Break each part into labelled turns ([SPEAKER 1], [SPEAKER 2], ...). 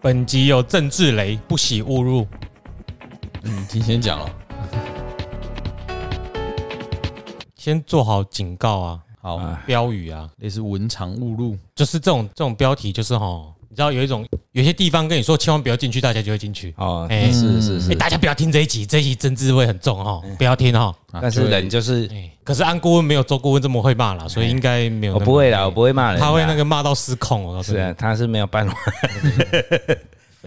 [SPEAKER 1] 本集有政治雷，不喜勿入。
[SPEAKER 2] 嗯，提前讲了。
[SPEAKER 1] 先做好警告啊，
[SPEAKER 2] 好，
[SPEAKER 3] 哎
[SPEAKER 1] 标语啊，
[SPEAKER 2] 类似文常误入，
[SPEAKER 1] 就是这种这种标题，就是哈，你知道有一种有些地方跟你说千万不要进去，大家就会进去。
[SPEAKER 3] 哦，
[SPEAKER 1] 哎
[SPEAKER 3] 是是哎
[SPEAKER 1] 哎，
[SPEAKER 3] 是，
[SPEAKER 1] 大家不要听这一集，这一集政治味很重哦，不要听哦。
[SPEAKER 2] 啊
[SPEAKER 3] 但是人就是
[SPEAKER 1] 哎，可是安顾问没有周顾问这么会骂啦，所以应该没有
[SPEAKER 3] 哎我
[SPEAKER 1] 那么。
[SPEAKER 3] 不会啦，我不会骂人，啊
[SPEAKER 1] 他会那。个骂到失控，我告诉
[SPEAKER 3] 是
[SPEAKER 1] 你，
[SPEAKER 3] 啊，他是没有办法。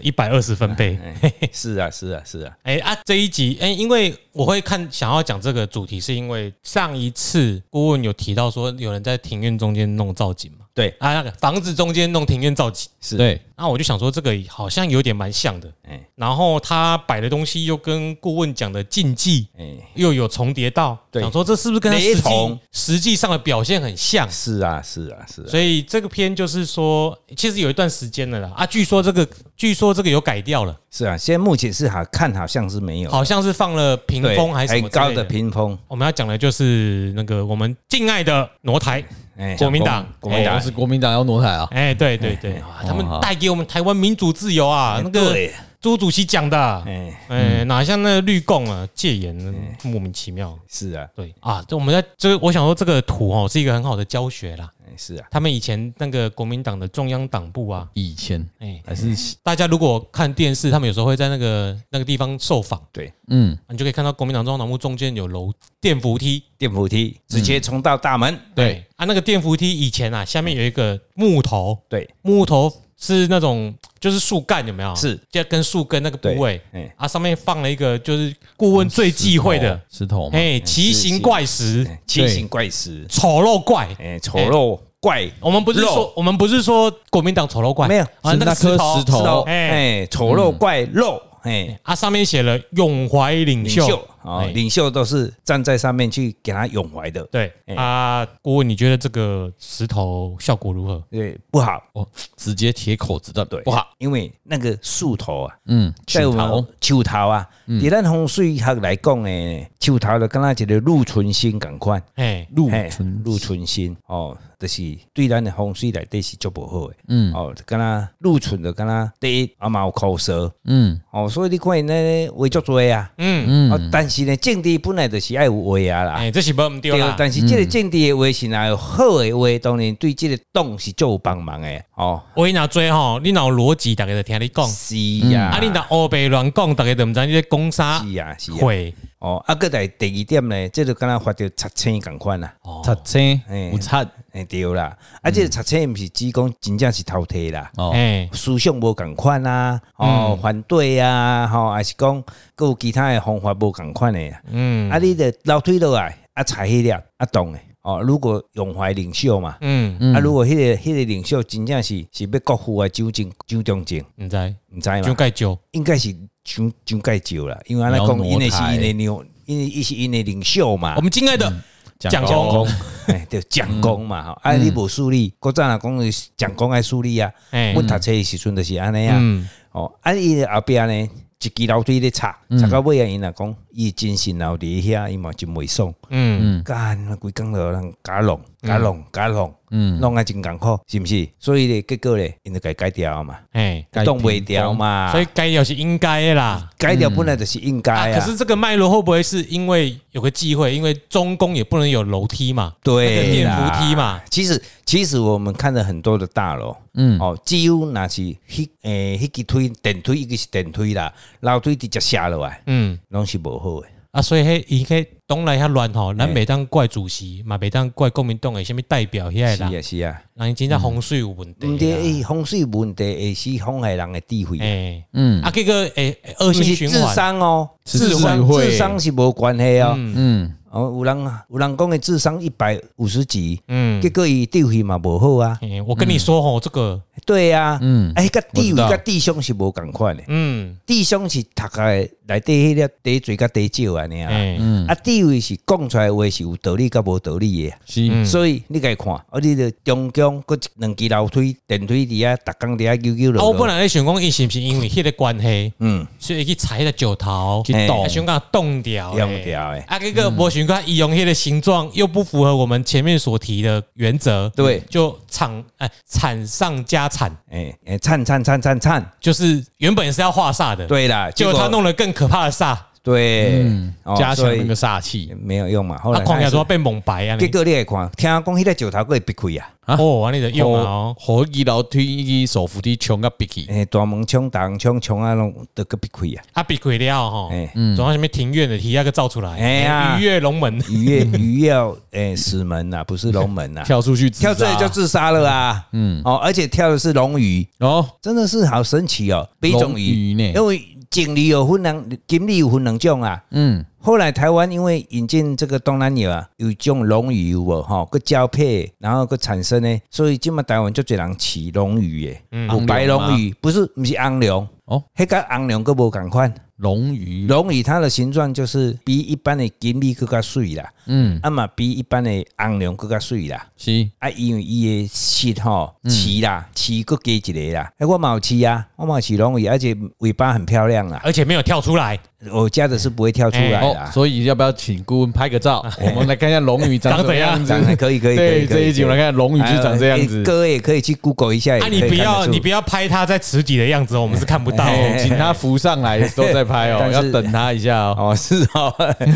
[SPEAKER 1] 一百二十分贝。
[SPEAKER 3] 是啊，是啊，是啊，
[SPEAKER 1] 哎啊，这一集哎，因为我会看想要讲这个主题，是因为上一次顾问有提到说有人在庭院中间弄造景嘛，
[SPEAKER 3] 对，
[SPEAKER 1] 啊，那个房子中间弄庭院造景，
[SPEAKER 3] 是啊
[SPEAKER 2] 对，
[SPEAKER 1] 那我就想说这个好像有点蛮像的，
[SPEAKER 3] 哎
[SPEAKER 1] 然后他摆的东西又跟顾问讲的禁忌
[SPEAKER 3] 哎，
[SPEAKER 1] 又有重叠到，
[SPEAKER 3] 对
[SPEAKER 1] 想说这是不是跟他实
[SPEAKER 3] 雷
[SPEAKER 1] 际
[SPEAKER 3] 同
[SPEAKER 1] 实际上的表现很像？
[SPEAKER 3] 是啊，是啊，是啊，
[SPEAKER 1] 所以这个片就是说，其实有一段时间了啦啊，据说这个据说这个有改掉了，
[SPEAKER 3] 是啊。现在目前是好看，好像是没有
[SPEAKER 1] 好像是放了屏
[SPEAKER 3] 对
[SPEAKER 1] 风还是什么
[SPEAKER 3] 很
[SPEAKER 1] 之类
[SPEAKER 3] 高的屏风，
[SPEAKER 1] 我们要讲的就是那个我们敬爱的挪台
[SPEAKER 3] 哎，
[SPEAKER 1] 国民党，
[SPEAKER 3] 国民党
[SPEAKER 1] 哎
[SPEAKER 2] 是国民党要挪台啊。
[SPEAKER 1] 哎，对对对，啊他们
[SPEAKER 2] 好
[SPEAKER 1] 带给我们台湾民主自由啊，那个
[SPEAKER 3] 哎对，
[SPEAKER 1] 朱主席讲的，
[SPEAKER 3] 哎，
[SPEAKER 1] 哎，哪像那绿共啊，戒严，莫名其妙。
[SPEAKER 3] 是啊，
[SPEAKER 1] 对啊，这我们在这，我想说这个图哦是一个很好的教学啦。
[SPEAKER 3] 哎是啊，
[SPEAKER 1] 他们以前那个国民党的中央党部啊，
[SPEAKER 2] 以前嗯
[SPEAKER 1] 哎，
[SPEAKER 2] 还是
[SPEAKER 1] 大家如果看电视，他们有时候会在那个那个地方受访，
[SPEAKER 2] 嗯，
[SPEAKER 1] 你就可以看到国民党中央党部中间有楼电扶梯，
[SPEAKER 3] 电扶
[SPEAKER 1] 嗯
[SPEAKER 3] 梯直接冲到大门，
[SPEAKER 2] 对，
[SPEAKER 1] 啊，那个电扶梯以前啊，下面有一个木头，
[SPEAKER 3] 对，哎
[SPEAKER 1] 木头是那种就是树干有没有？
[SPEAKER 3] 是，
[SPEAKER 1] 就跟树根那个部
[SPEAKER 3] 对
[SPEAKER 1] 位
[SPEAKER 3] 哎嗯
[SPEAKER 1] 啊，上面放了一个就是顾问最忌讳的，
[SPEAKER 2] 石头嘛，
[SPEAKER 1] 哎，奇形怪石、
[SPEAKER 3] 哎奇形怪石，
[SPEAKER 1] 丑陋怪。
[SPEAKER 3] 哎，丑陋怪，
[SPEAKER 1] 我们不是说
[SPEAKER 3] 肉
[SPEAKER 1] 我们不是说国民党丑陋怪，
[SPEAKER 3] 没有
[SPEAKER 1] 啊，
[SPEAKER 2] 是
[SPEAKER 1] 那
[SPEAKER 2] 那
[SPEAKER 1] 个石
[SPEAKER 2] 颗
[SPEAKER 1] 头
[SPEAKER 2] 石头
[SPEAKER 3] 知道
[SPEAKER 1] 哎
[SPEAKER 3] 哎，丑陋怪肉，哎，
[SPEAKER 1] 啊，上面写了永怀领
[SPEAKER 3] 领
[SPEAKER 1] 袖
[SPEAKER 3] 袖，啊，
[SPEAKER 1] 哎
[SPEAKER 3] 领袖都是站在上面去给他拥怀的，
[SPEAKER 1] 对
[SPEAKER 3] 哎
[SPEAKER 1] 啊，顾问，你觉得这个石头效果如何？
[SPEAKER 3] 对，不好，
[SPEAKER 2] 哦，直接铁口直断，
[SPEAKER 3] 对，
[SPEAKER 2] 不好，，
[SPEAKER 3] 因为那个树头啊，
[SPEAKER 2] 嗯，
[SPEAKER 3] 在
[SPEAKER 2] 石
[SPEAKER 3] 我们
[SPEAKER 2] 头，
[SPEAKER 3] 树头啊，伫咱风水学来讲诶，树头就敢若一个陆存心共款，
[SPEAKER 1] 哎，
[SPEAKER 2] 陆
[SPEAKER 3] 嘿
[SPEAKER 2] 存
[SPEAKER 3] 陆存心哦，就是对咱的风水内底是足无好诶，嗯，哦，就敢若陆存就敢若第一啊嘛有口舌，
[SPEAKER 2] 嗯，
[SPEAKER 3] 哦，所以你看呢话足多啊，
[SPEAKER 1] 嗯，
[SPEAKER 3] 嗯，哦，但是呢，政治本来就是爱有话啊啦。
[SPEAKER 1] 哎，这是不唔丢
[SPEAKER 3] 对
[SPEAKER 1] 啦，，嗯
[SPEAKER 3] 但是这个政治的话是若有好的话，当然对这个党是足有帮忙的哦。
[SPEAKER 1] 我跟你追吼，你脑逻辑大家就听你讲，
[SPEAKER 3] 是呀，
[SPEAKER 1] 啊，你若黑白乱讲，大家都唔知你在讲啥
[SPEAKER 3] 是，呀，是呀。
[SPEAKER 1] 会
[SPEAKER 3] 哦，啊，搁来第二点呢，这就敢若发着拆迁共款啦，
[SPEAKER 2] 擦青
[SPEAKER 3] 哎
[SPEAKER 2] 有擦
[SPEAKER 3] 啊哎对啦，啊，
[SPEAKER 1] 嗯
[SPEAKER 3] 这个拆迁毋是只讲真正是偷摕啦，
[SPEAKER 2] 哦，
[SPEAKER 1] 哎，
[SPEAKER 3] 思想无共款啊，
[SPEAKER 1] 嗯
[SPEAKER 3] 哦，反对啊，吼、还是讲搁有其他的方法无共款的啊，
[SPEAKER 1] 嗯
[SPEAKER 3] 啊，你着楼梯落来，啊，踩迄粒啊，动的，哦，如果用怀领袖嘛。
[SPEAKER 1] 嗯，
[SPEAKER 3] 啊！如果迄、个、迄、个领袖真正是是要国父啊，纠正纠正正，
[SPEAKER 1] 唔知
[SPEAKER 3] 毋知
[SPEAKER 1] 就
[SPEAKER 3] 嘛？
[SPEAKER 1] 盖酒，
[SPEAKER 3] 应该是上上介少啦，因为安尼
[SPEAKER 2] 要
[SPEAKER 3] 讲，
[SPEAKER 2] 挪
[SPEAKER 3] 因为是
[SPEAKER 2] 台
[SPEAKER 3] 因的牛，因为伊是因的领袖嘛。
[SPEAKER 1] 我们敬爱的哦蒋
[SPEAKER 2] 公
[SPEAKER 1] 公，嗯
[SPEAKER 3] 哎，就讲功嘛，吼，啊，你无树立，古早若讲是讲功爱树立啊，
[SPEAKER 1] 哎
[SPEAKER 3] 阮，读册的时阵就是安尼啊，
[SPEAKER 1] 嗯，
[SPEAKER 3] 哦，啊，伊的后壁呢，一支楼梯咧插，插到尾啊，伊若讲伊真心留伫遐，伊嘛真袂爽，
[SPEAKER 1] 嗯，
[SPEAKER 3] 干，规工就人假弄，假弄，假弄，嗯，弄啊真艰苦，是毋是？所以咧，结果咧，因就改改掉啊嘛，
[SPEAKER 1] 哎，
[SPEAKER 2] 改
[SPEAKER 3] 挡袂
[SPEAKER 2] 屏
[SPEAKER 3] 掉
[SPEAKER 2] 风
[SPEAKER 3] 嘛，
[SPEAKER 1] 所以盖掉是应该的啦。
[SPEAKER 3] 改掉本来就是应该
[SPEAKER 1] 啊，
[SPEAKER 3] 啊，
[SPEAKER 1] 可是这个脉络会不会是因为有个忌讳？因为中宫也不能有楼梯嘛，那个
[SPEAKER 3] 对
[SPEAKER 1] 电
[SPEAKER 3] 啦
[SPEAKER 1] 扶梯嘛，
[SPEAKER 3] 其实其实我们看了很多的大楼，
[SPEAKER 2] 嗯
[SPEAKER 3] 嗯，哦，只有那是迄诶迄个推电梯，一个是电梯啦，楼梯直接下落来，
[SPEAKER 1] 嗯，
[SPEAKER 3] 拢是无好的。
[SPEAKER 1] 啊，所以迄伊迄东来遐乱吼，咱袂当怪主席，嘛袂当怪国民党诶什物代表遐
[SPEAKER 3] 是嗯
[SPEAKER 1] 啦，
[SPEAKER 3] 啊是啊，
[SPEAKER 1] 人伊真正洪水有问
[SPEAKER 3] 毋对，
[SPEAKER 1] 题啦。
[SPEAKER 3] 伊哎风水问题会是妨害人的智慧，
[SPEAKER 1] 哎，
[SPEAKER 2] 嗯
[SPEAKER 1] 啊，这个诶恶
[SPEAKER 3] 毋
[SPEAKER 1] 性
[SPEAKER 3] 是
[SPEAKER 1] 循
[SPEAKER 3] 智
[SPEAKER 1] 环，
[SPEAKER 3] 商哦，
[SPEAKER 2] 是
[SPEAKER 3] 智商
[SPEAKER 2] 智慧
[SPEAKER 3] 智商是无关系哦。
[SPEAKER 2] 嗯，
[SPEAKER 3] 哦，有人有人讲的智商一百五十几，
[SPEAKER 1] 嗯
[SPEAKER 3] 结，果伊智慧嘛无好啊。
[SPEAKER 1] 哎我跟你说吼，这个，
[SPEAKER 3] 对啊，
[SPEAKER 2] 嗯
[SPEAKER 3] 嗯，哎，甲智
[SPEAKER 2] 我
[SPEAKER 3] 慧
[SPEAKER 2] 知道
[SPEAKER 3] 甲智商是无共款的。
[SPEAKER 1] 嗯，
[SPEAKER 3] 智商是读诶内底迄个底嘴甲底少安尼啊。
[SPEAKER 1] 哎，
[SPEAKER 3] 啊，地位是讲出来的话是有道理甲无道理的，
[SPEAKER 2] 是
[SPEAKER 3] 所以你该看，啊，你着中间搁一两支楼梯、电梯伫遐，逐工伫遐扭扭
[SPEAKER 1] 啊，
[SPEAKER 3] 落
[SPEAKER 1] 我本
[SPEAKER 3] 落。
[SPEAKER 1] 来咧想讲，伊是毋是因为迄个关系，
[SPEAKER 3] 嗯，
[SPEAKER 1] 所以去踩迄个石头，
[SPEAKER 2] 去
[SPEAKER 3] 哎
[SPEAKER 2] 动
[SPEAKER 1] 啊，想讲冻掉，
[SPEAKER 3] 用。掉诶，哎
[SPEAKER 2] 哦
[SPEAKER 3] 嗯
[SPEAKER 1] 啊，这个无想你看易容黑的形状又不符合我们前面所提的原则，
[SPEAKER 3] 对
[SPEAKER 1] 就惨哎惨上加惨，
[SPEAKER 3] 哎哎，灿灿灿灿灿，
[SPEAKER 1] 就是原本是要化煞的，，
[SPEAKER 3] 对啦，
[SPEAKER 1] 结果他弄了更可怕的煞，
[SPEAKER 3] 对，哦
[SPEAKER 2] 嗯加强
[SPEAKER 3] 所以
[SPEAKER 2] 那个啊煞气
[SPEAKER 3] 没有用嘛，后
[SPEAKER 1] 他
[SPEAKER 3] 来
[SPEAKER 1] 狂
[SPEAKER 3] 还
[SPEAKER 1] 起
[SPEAKER 3] 是
[SPEAKER 1] 来说被猛白啊，
[SPEAKER 3] 结果你也看，听讲迄个石头会避开啊，
[SPEAKER 2] 啊
[SPEAKER 1] 哦，完你的用啊哦，
[SPEAKER 2] 火一楼梯一手扶梯穷个 b i
[SPEAKER 3] 诶，哎大门冲、大门冲、冲啊，拢都个避开啊，
[SPEAKER 1] 他避开了吼，
[SPEAKER 3] 哎
[SPEAKER 1] 嗯，总要前面庭院的提那个照出来，
[SPEAKER 3] 哎呀
[SPEAKER 1] 鱼跃龙门，
[SPEAKER 3] 鱼跃 鱼跃诶死门呐，不是龙门呐，
[SPEAKER 2] 啊跳出去自
[SPEAKER 3] 跳
[SPEAKER 2] 杀
[SPEAKER 3] 出来就自杀了啊，嗯，哦，而且跳的是龙鱼，
[SPEAKER 2] 哦，
[SPEAKER 3] 真的是好神奇哦，每种鱼，
[SPEAKER 2] 龙鱼呢
[SPEAKER 3] 因为锦鲤有分两，锦鲤有分两种啊。
[SPEAKER 2] 嗯，
[SPEAKER 3] 后来台湾因为引进这个东南亚啊，有一种龙鱼有无吼，个交配，然后个产生呢，所以今嘛台湾就多人饲龙鱼耶，有白龙鱼，不是不是红龙，
[SPEAKER 2] 哦
[SPEAKER 3] 哦，迄个红龙个无共款，
[SPEAKER 2] 龙鱼，
[SPEAKER 3] 龙鱼它的形状就是比一般的锦鲤更加水啦，
[SPEAKER 2] 嗯，
[SPEAKER 3] 啊嘛比一般的红龙更加水啦。
[SPEAKER 2] 是
[SPEAKER 3] 啊，因为伊的翅吼，
[SPEAKER 2] 嗯
[SPEAKER 3] 翅啦，翅佫加一个啦。哎，我嘛有翅啊，我嘛有翅龙鱼，而且尾巴很漂亮啦。
[SPEAKER 1] 而且没有跳出来，
[SPEAKER 3] 我家的是不会跳出来
[SPEAKER 2] 哦，
[SPEAKER 3] 啦。
[SPEAKER 2] 所以要不要请顾问拍个照？我们来看一下龙鱼长
[SPEAKER 1] 长
[SPEAKER 2] 什么
[SPEAKER 1] 怎样
[SPEAKER 2] 样
[SPEAKER 3] 长 得
[SPEAKER 2] 子。
[SPEAKER 3] 可以可以可
[SPEAKER 2] 对
[SPEAKER 3] 以。可以
[SPEAKER 2] 这一集我们来看龙鱼就长这样
[SPEAKER 3] 哎
[SPEAKER 2] 子，
[SPEAKER 3] 各位也可以去 Google 一下。
[SPEAKER 1] 啊，
[SPEAKER 3] 也
[SPEAKER 1] 你
[SPEAKER 3] 可以
[SPEAKER 1] 不
[SPEAKER 3] 看
[SPEAKER 1] 要
[SPEAKER 3] 得出
[SPEAKER 1] 你不要拍他在池底的样子哦，我们是看不到哦，
[SPEAKER 2] 哦，请他浮上来的时候再拍哦，
[SPEAKER 3] 但是
[SPEAKER 2] 要等他一下哦。
[SPEAKER 3] 哦，是哦。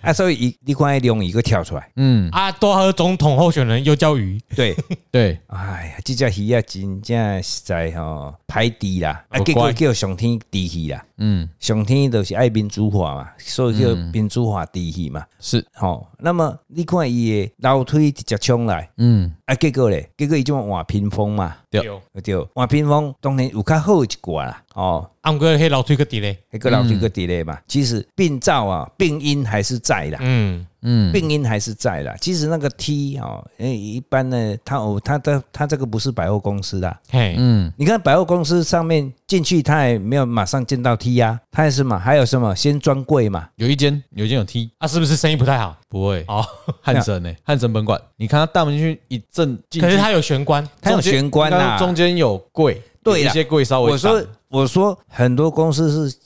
[SPEAKER 3] 啊，所以伊你看那龙鱼佫跳出来，
[SPEAKER 2] 嗯，
[SPEAKER 1] 啊，多和总统候选人又叫鱼，
[SPEAKER 3] 对。
[SPEAKER 2] 对，
[SPEAKER 3] 哎呀，这只鱼啊，真正实在吼歹猪啦，啊，
[SPEAKER 2] 不乖
[SPEAKER 3] 结果叫上天猪鱼啦。
[SPEAKER 2] 嗯，
[SPEAKER 3] 上天就是爱民主化嘛，所以叫民主化猪鱼嘛。
[SPEAKER 2] 是，
[SPEAKER 3] 吼、那么你看伊的楼梯直接冲来，
[SPEAKER 2] 嗯，
[SPEAKER 3] 啊，结果咧，结果伊即种换屏风嘛，
[SPEAKER 2] 对
[SPEAKER 1] 对
[SPEAKER 3] 对不对，换屏风当然有较好一寡啦，哦，
[SPEAKER 1] 啊，毋过迄老推个底咧，
[SPEAKER 3] 迄个楼梯个伫咧嘛，
[SPEAKER 2] 嗯
[SPEAKER 3] 其实病灶啊，病因还是在啦。
[SPEAKER 1] 嗯，
[SPEAKER 2] 嗯，
[SPEAKER 3] 病因还是在啦，其实那个 T 哦，因为一般呢，他哦，他的他这个不是百货公司啦。
[SPEAKER 1] 嘿，
[SPEAKER 2] 嗯，
[SPEAKER 3] 你看百货公司上面进去，他也没有马上见到 T 呀、啊，他也是嘛，还有什么先专柜嘛，
[SPEAKER 2] 有一间，有一间有梯，
[SPEAKER 1] 啊，是不是生意不太好？
[SPEAKER 2] 不会，
[SPEAKER 1] 哦，
[SPEAKER 2] 汉神呢？汉神本馆，你看他大门进去一阵进去，
[SPEAKER 1] 可是他有玄关，
[SPEAKER 3] 他有
[SPEAKER 2] 中间
[SPEAKER 3] 玄关
[SPEAKER 2] 刚
[SPEAKER 3] 啦、
[SPEAKER 2] 刚中间有柜，
[SPEAKER 3] 对
[SPEAKER 2] 有
[SPEAKER 3] 啦
[SPEAKER 2] 一些柜稍微
[SPEAKER 3] 我说
[SPEAKER 2] 挡
[SPEAKER 3] 我说很多公司是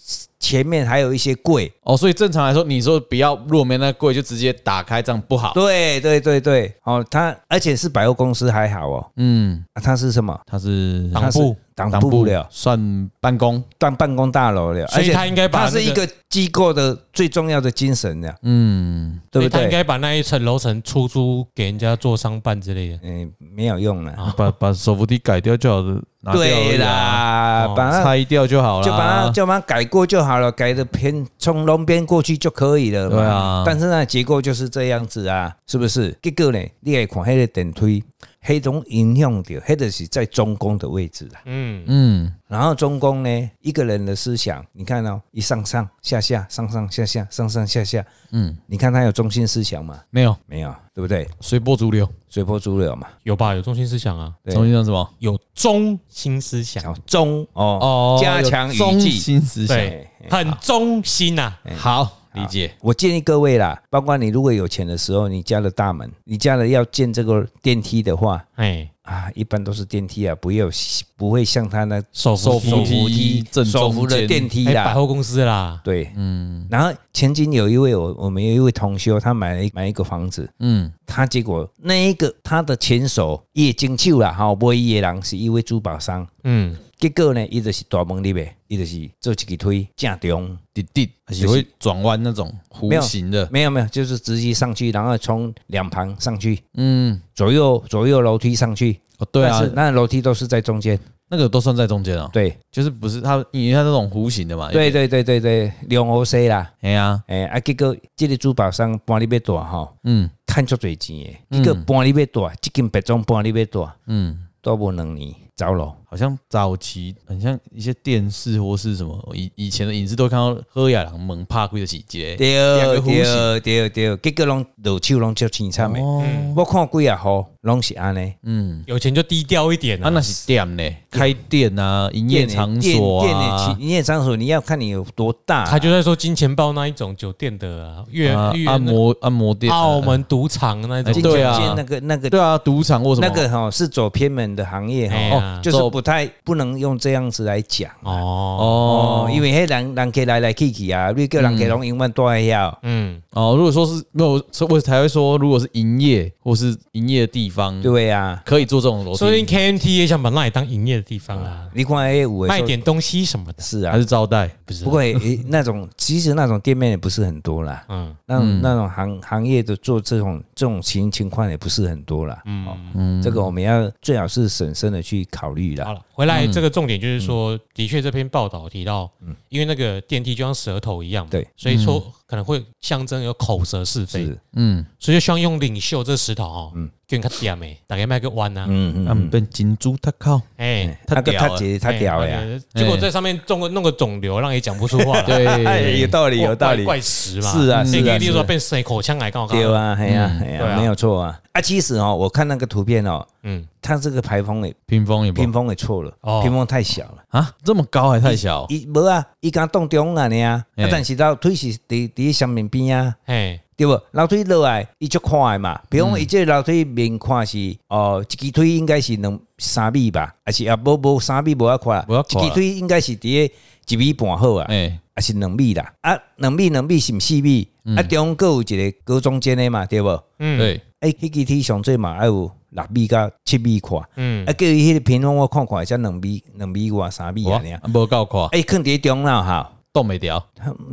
[SPEAKER 3] 前面还有一些柜，
[SPEAKER 2] 哦，所以正常来说，你说不要，如果没那柜就直接打开，这样不
[SPEAKER 1] 哦
[SPEAKER 2] 好。
[SPEAKER 3] 对对对对，哦，它而且是百货公司还好哦，
[SPEAKER 2] 嗯，
[SPEAKER 3] 啊、它是什么？
[SPEAKER 2] 它是
[SPEAKER 1] 挡布，
[SPEAKER 3] 挡不了，
[SPEAKER 2] 算办公，
[SPEAKER 3] 当办公大楼了，
[SPEAKER 1] 所以
[SPEAKER 3] 而且
[SPEAKER 1] 它应该把
[SPEAKER 3] 它是
[SPEAKER 1] 那
[SPEAKER 3] 一
[SPEAKER 1] 个
[SPEAKER 3] 个机构的最重要的精神了，
[SPEAKER 2] 嗯，
[SPEAKER 3] 对
[SPEAKER 1] 所以
[SPEAKER 3] 不
[SPEAKER 1] 他应
[SPEAKER 3] 对？
[SPEAKER 1] 该把那一层楼层出租给人家做商办之类的。
[SPEAKER 3] 嗯，没有用
[SPEAKER 1] 啊
[SPEAKER 3] 了，
[SPEAKER 2] 把把手扶梯改掉就好了，拿掉而
[SPEAKER 3] 对
[SPEAKER 2] 已啊，
[SPEAKER 3] 啦，
[SPEAKER 1] 哦
[SPEAKER 3] 把它
[SPEAKER 2] 拆掉就好了，
[SPEAKER 3] 就把它就把它改过就好了，改的偏从龙边过去就可以了嘛。
[SPEAKER 2] 对啊
[SPEAKER 3] 但是呢，结构就是这样子啊，是不是？结果呢，你也看那个电梯，黑种影响到，黑的是在中宫的位置啊。
[SPEAKER 1] 嗯，
[SPEAKER 2] 嗯，
[SPEAKER 3] 然后中宫呢，一个人的思想，你看哦，一上上下下，上上下下，上上下下，
[SPEAKER 2] 嗯，
[SPEAKER 3] 你看他有中心思想吗？
[SPEAKER 2] 没有
[SPEAKER 3] 没有，对不对？
[SPEAKER 2] 随波逐流，
[SPEAKER 3] 随波逐流
[SPEAKER 2] 嗯
[SPEAKER 3] 嘛。
[SPEAKER 1] 有吧？有中心思想啊，
[SPEAKER 3] 对
[SPEAKER 2] 重新讲什么？
[SPEAKER 1] 有中心思想，
[SPEAKER 3] 好，中哦
[SPEAKER 2] 哦，，
[SPEAKER 3] 加强
[SPEAKER 2] 有
[SPEAKER 3] 语
[SPEAKER 2] 中
[SPEAKER 3] 句。
[SPEAKER 2] 心思想，哎
[SPEAKER 1] 对，很中心呐、啊。
[SPEAKER 2] 好理解，
[SPEAKER 3] 我建议各位啦，包括你如果有钱的时候，你家的大门，你家的要建这个电梯的话
[SPEAKER 1] 哎，
[SPEAKER 3] 啊，一般都是电梯啊，不要不会像他那
[SPEAKER 1] 手
[SPEAKER 2] 手扶
[SPEAKER 1] 梯，
[SPEAKER 2] 梯正
[SPEAKER 3] 手
[SPEAKER 2] 中
[SPEAKER 3] 扶的
[SPEAKER 2] 间
[SPEAKER 3] 电梯
[SPEAKER 1] 哎，百
[SPEAKER 3] 啦。
[SPEAKER 1] 货公司啦，
[SPEAKER 3] 对，嗯。然后前几年有一位我我们有一位同修，他买了一买一个房子，
[SPEAKER 2] 嗯，
[SPEAKER 3] 他结果那一个他的前手也经手啦，哈，买伊的人是一位珠宝商，
[SPEAKER 1] 嗯，
[SPEAKER 3] 结果呢，伊就是大门里面，伊就是做一个推正中。
[SPEAKER 2] 滴滴，而且会转弯那种弧形的，
[SPEAKER 3] 没有没有，就是直接上去，然后从两旁上去，
[SPEAKER 2] 嗯，
[SPEAKER 3] 左右左右楼梯上去，
[SPEAKER 2] 哦，对啊
[SPEAKER 3] 但是，那楼梯都是在中间。
[SPEAKER 2] 那个都算在中间啊，
[SPEAKER 3] 对，
[SPEAKER 2] 就是不是它，因为它那种弧形的嘛，
[SPEAKER 3] 对，对对对对，两欧 C 啦，
[SPEAKER 2] 哎呀，
[SPEAKER 3] 哎、啊，结果这个珠宝商搬你要大吼，
[SPEAKER 2] 嗯
[SPEAKER 3] 赚足侪钱的，结果搬你要大，这间白种搬你要大，
[SPEAKER 2] 嗯。
[SPEAKER 3] 大无两年走咯。
[SPEAKER 2] 好像早期很像一些电视或是什么以以前的影视都会看到喝亚郎猛怕亏的洗劫，
[SPEAKER 3] 对
[SPEAKER 2] 两个弧形
[SPEAKER 3] 对对对，结果拢落手拢足凄惨的。
[SPEAKER 2] 哦
[SPEAKER 3] 我看几啊户拢是安尼，
[SPEAKER 2] 嗯，
[SPEAKER 1] 有钱就低调一点
[SPEAKER 2] 啊
[SPEAKER 1] 啊。
[SPEAKER 2] 那是店呢，开店啊，营业场所
[SPEAKER 3] 店的
[SPEAKER 2] 啊
[SPEAKER 3] 店，的营业场所，你要看你有多大啊、
[SPEAKER 1] 他就在说金钱豹那一种酒店的啊，越
[SPEAKER 2] 啊
[SPEAKER 1] 越
[SPEAKER 2] 按摩按摩店啊，
[SPEAKER 1] 澳门赌场那一
[SPEAKER 2] 哎
[SPEAKER 1] 种，
[SPEAKER 3] 进
[SPEAKER 2] 对啊
[SPEAKER 3] 去那个那个
[SPEAKER 2] 对啊，赌场或什么
[SPEAKER 3] 那个哈、是走偏门的行业哈、
[SPEAKER 1] 哎
[SPEAKER 2] 哦，
[SPEAKER 1] 嗯
[SPEAKER 3] 就是不太不能用这样子来讲
[SPEAKER 1] 哦，
[SPEAKER 2] 哦
[SPEAKER 3] 哦，因为迄人人客来来去去啊，你叫人客拢永远住在遐哦，
[SPEAKER 1] 嗯，
[SPEAKER 2] 哦，如果说是没有，所以我才会说，如果是营业或是营业的地方，
[SPEAKER 3] 对啊，
[SPEAKER 2] 可以做这种楼
[SPEAKER 1] 所以
[SPEAKER 2] 梯，
[SPEAKER 1] KMT 也想把那里当营业的地方啊，
[SPEAKER 3] 你看迄有的
[SPEAKER 1] 卖
[SPEAKER 3] 说
[SPEAKER 1] 点东西什么的，
[SPEAKER 3] 是
[SPEAKER 2] 还
[SPEAKER 3] 啊，
[SPEAKER 2] 是招待？
[SPEAKER 1] 不是？
[SPEAKER 3] 不过也也那种其实那种店面也不是很多啦。
[SPEAKER 1] 嗯，
[SPEAKER 3] 那种那种行行业的做这种这种情情况也不是很多啦。嗯，
[SPEAKER 2] 嗯，
[SPEAKER 3] 这个我们要最好是审慎的去考虑
[SPEAKER 1] 好
[SPEAKER 3] 啦。
[SPEAKER 1] 了，回
[SPEAKER 3] 嗯
[SPEAKER 1] 来这个重点就是说，的确这篇报道提到，因为那个电梯就像舌头一样嘛，
[SPEAKER 3] 对，嗯
[SPEAKER 1] 所以说可能会象征有口舌是非，
[SPEAKER 3] 是，
[SPEAKER 2] 嗯
[SPEAKER 1] 所以就希望用领袖这石头哦，更卡点没，大概卖个弯呐，
[SPEAKER 3] 嗯嗯，
[SPEAKER 2] 嗯，变金猪他靠，
[SPEAKER 1] 哎，
[SPEAKER 2] 他
[SPEAKER 3] 那个
[SPEAKER 2] 屌
[SPEAKER 3] 他
[SPEAKER 2] 了，
[SPEAKER 3] 姐他屌了呀，
[SPEAKER 1] 哎，那个结果在上面中个弄个肿瘤，让你讲不出话 来。
[SPEAKER 3] 哎，有
[SPEAKER 2] 对，
[SPEAKER 3] 道理，有道
[SPEAKER 1] 怪
[SPEAKER 3] 理，
[SPEAKER 1] 怪石嘛，哎
[SPEAKER 3] 是啊
[SPEAKER 1] 你
[SPEAKER 3] 是啊
[SPEAKER 1] 例如
[SPEAKER 3] 是
[SPEAKER 1] 说
[SPEAKER 3] 啊
[SPEAKER 1] 变谁口腔癌，刚好刚
[SPEAKER 3] 对
[SPEAKER 1] 好，
[SPEAKER 3] 啊，哎呀
[SPEAKER 2] 嗯
[SPEAKER 3] 哎
[SPEAKER 1] 对啊
[SPEAKER 3] 呀，没有错啊。啊，其实哦，我看那个图片哦，
[SPEAKER 1] 嗯，
[SPEAKER 3] 它这个排风也
[SPEAKER 2] 屏风也不
[SPEAKER 3] 屏风也错了
[SPEAKER 1] 哦，
[SPEAKER 3] 屏风太小了。
[SPEAKER 2] 啊，这么高还太小，
[SPEAKER 3] 伊无啊，伊敢动中啊呢啊，
[SPEAKER 2] 哎
[SPEAKER 3] 啊但是楼梯是伫伫上面边啊。
[SPEAKER 1] 哎，
[SPEAKER 3] 对不？楼梯落来，伊就看的嘛。比如
[SPEAKER 1] 嗯
[SPEAKER 3] 讲，伊这个楼梯面看是哦，一支腿应该是两三米吧，还是啊，无无三米无遐宽
[SPEAKER 2] 无
[SPEAKER 3] 啦，
[SPEAKER 2] 遐宽
[SPEAKER 3] 一支腿应该是伫咧一米半好啊，
[SPEAKER 2] 哎，
[SPEAKER 3] 还是两米啦？啊，两米两米是毋四米？啊，中间有一个高中间的嘛，对无？
[SPEAKER 1] 嗯，，
[SPEAKER 2] 对，
[SPEAKER 3] 哎，迄支梯上最嘛要有六米甲七米宽，
[SPEAKER 1] 嗯
[SPEAKER 3] 啊，，叫伊迄个平方我看看，才两米两米外三米
[SPEAKER 2] 哇
[SPEAKER 3] 安尼啊，。
[SPEAKER 2] 无够宽，
[SPEAKER 3] 哎，放伫咧中间哈，
[SPEAKER 2] 冻袂掉，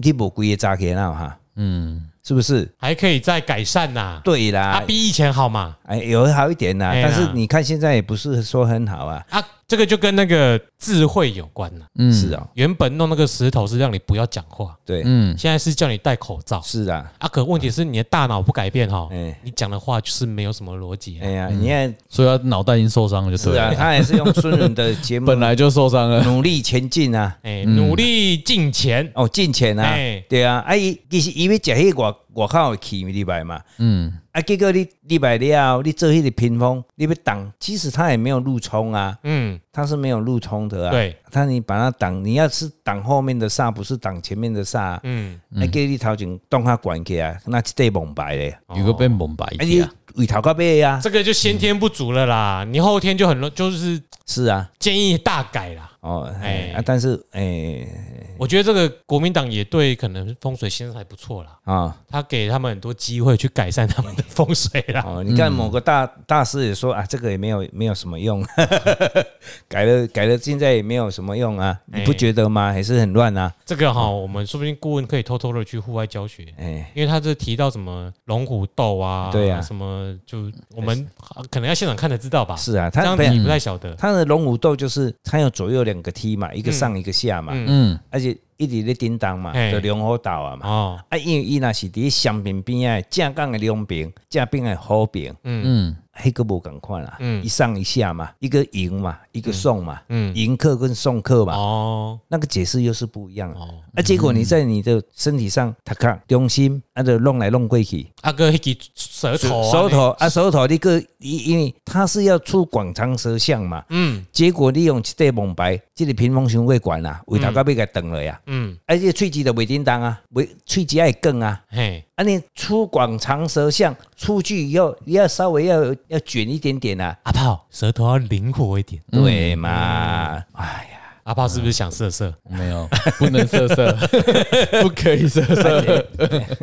[SPEAKER 3] 你无规个扎起来哈，
[SPEAKER 2] 嗯，
[SPEAKER 3] 是不是？
[SPEAKER 1] 还可以再改善呐，
[SPEAKER 3] 对啦，
[SPEAKER 1] 啊，比以前好嘛，
[SPEAKER 3] 哎，有好一点啦，
[SPEAKER 1] 哎呀
[SPEAKER 3] 但是你看现在也不是说很好啊。
[SPEAKER 1] 啊，这个就跟那个智慧有关了。
[SPEAKER 2] 嗯
[SPEAKER 3] 是，哦，
[SPEAKER 1] 原本弄那个石头是让你不要讲话，
[SPEAKER 3] 对，
[SPEAKER 2] 嗯，
[SPEAKER 1] 现在是叫你戴口罩
[SPEAKER 3] 是啦，
[SPEAKER 1] 啊。可问题是你的大脑不改变哈
[SPEAKER 2] 嗯
[SPEAKER 3] 哎，
[SPEAKER 1] 你讲的话就是没有什么逻辑啊
[SPEAKER 3] 哎。呀，你看，
[SPEAKER 2] 所以他脑袋已经受伤了，就是对
[SPEAKER 3] 啊，
[SPEAKER 2] 了，
[SPEAKER 3] 他也是用孙伦的节目
[SPEAKER 2] 本来就受伤了，
[SPEAKER 3] 努力前进啊，
[SPEAKER 1] 哎，努力进前，
[SPEAKER 3] 哦，进前啊
[SPEAKER 1] 哎，
[SPEAKER 3] 对啊，啊，伊其实伊要食迄外外口的气礼拜嘛，
[SPEAKER 2] 嗯，
[SPEAKER 3] 啊，结果你礼拜了，你做迄个屏风，你要挡，其实它也没有路冲啊，
[SPEAKER 1] 嗯，
[SPEAKER 3] 它是没有路冲的啊，
[SPEAKER 1] 对，
[SPEAKER 3] 它你把它挡，你要是挡后面的煞，不是挡前面的煞啊，
[SPEAKER 1] 嗯，
[SPEAKER 3] 啊，叫你头前动它管起来，那这蒙白咧，
[SPEAKER 2] 如果被蒙白
[SPEAKER 3] 啊，你
[SPEAKER 2] 啊，
[SPEAKER 3] 为头到尾啊，
[SPEAKER 1] 这个就先天不足了啦，你后天就很容就是
[SPEAKER 3] 是啊，
[SPEAKER 1] 建议大改啦。
[SPEAKER 3] 哦，
[SPEAKER 1] 哎
[SPEAKER 3] 哎、啊，但是哎
[SPEAKER 2] 嗯
[SPEAKER 1] 我觉得这个国民党也对可能风水先生还不错啦，
[SPEAKER 3] 啊、
[SPEAKER 1] 他给他们很多机会去改善他们的风水啦。
[SPEAKER 3] 哦，你看某个大大师也说啊，这个也没有没有什么用， 改了改了，现在也没有什么用啊，你不
[SPEAKER 1] 哎
[SPEAKER 3] 觉得吗？还是很乱啊，
[SPEAKER 1] 这个哈，我们说不定顾问可以偷偷的去户外教学，
[SPEAKER 3] 哎、
[SPEAKER 1] 因为他这提到什么龙虎斗啊，
[SPEAKER 3] 对啊
[SPEAKER 1] 什么就我们可能要现场看才知道吧，
[SPEAKER 3] 是哎啊，
[SPEAKER 1] 这
[SPEAKER 3] 他
[SPEAKER 1] 样
[SPEAKER 3] 不
[SPEAKER 1] 你
[SPEAKER 3] 是
[SPEAKER 1] 不太晓得。
[SPEAKER 3] 他的龙虎斗就是他有左右两个梯嘛，一个上一个下嘛，
[SPEAKER 1] 嗯
[SPEAKER 2] 嗯，
[SPEAKER 3] 而且一直在叮当嘛，
[SPEAKER 1] 哎
[SPEAKER 3] 就龙虎斗啊嘛，
[SPEAKER 1] 哦，
[SPEAKER 3] 啊，因为伊若是伫相边边啊，正港的两边，正边的好边，
[SPEAKER 1] 嗯
[SPEAKER 2] 嗯，
[SPEAKER 3] 迄个无共款啦，
[SPEAKER 1] 嗯
[SPEAKER 3] 一上一下嘛，一个迎嘛，一个送嘛，
[SPEAKER 1] 嗯，
[SPEAKER 3] 迎客跟送客嘛，
[SPEAKER 1] 哦
[SPEAKER 3] 那个解释又是不一样的。
[SPEAKER 1] 哦，
[SPEAKER 3] 啊，结果你在你的身体上，他看中心，啊，就弄来弄过去，
[SPEAKER 1] 阿啊哥迄个舌头啊，
[SPEAKER 3] 手头啊，手头你个，因因为它是要出广长舌象嘛，
[SPEAKER 1] 嗯
[SPEAKER 3] 结果你用这块蒙白，这个屏风伤过悬啦，为头到尾给断了呀，
[SPEAKER 1] 嗯，
[SPEAKER 3] 而且喙齿都袂叮当啊，袂喙齿爱梗啊，
[SPEAKER 1] 嘿，
[SPEAKER 3] 啊，你出广长舌象出去要要稍微要有要卷一点点啊，
[SPEAKER 1] 阿炮舌头要灵活一点，
[SPEAKER 3] 对
[SPEAKER 1] 嗯
[SPEAKER 3] 嘛，哎呀。
[SPEAKER 1] 阿炮是不是想色色？
[SPEAKER 2] 没有，不能色色， 不可以色色，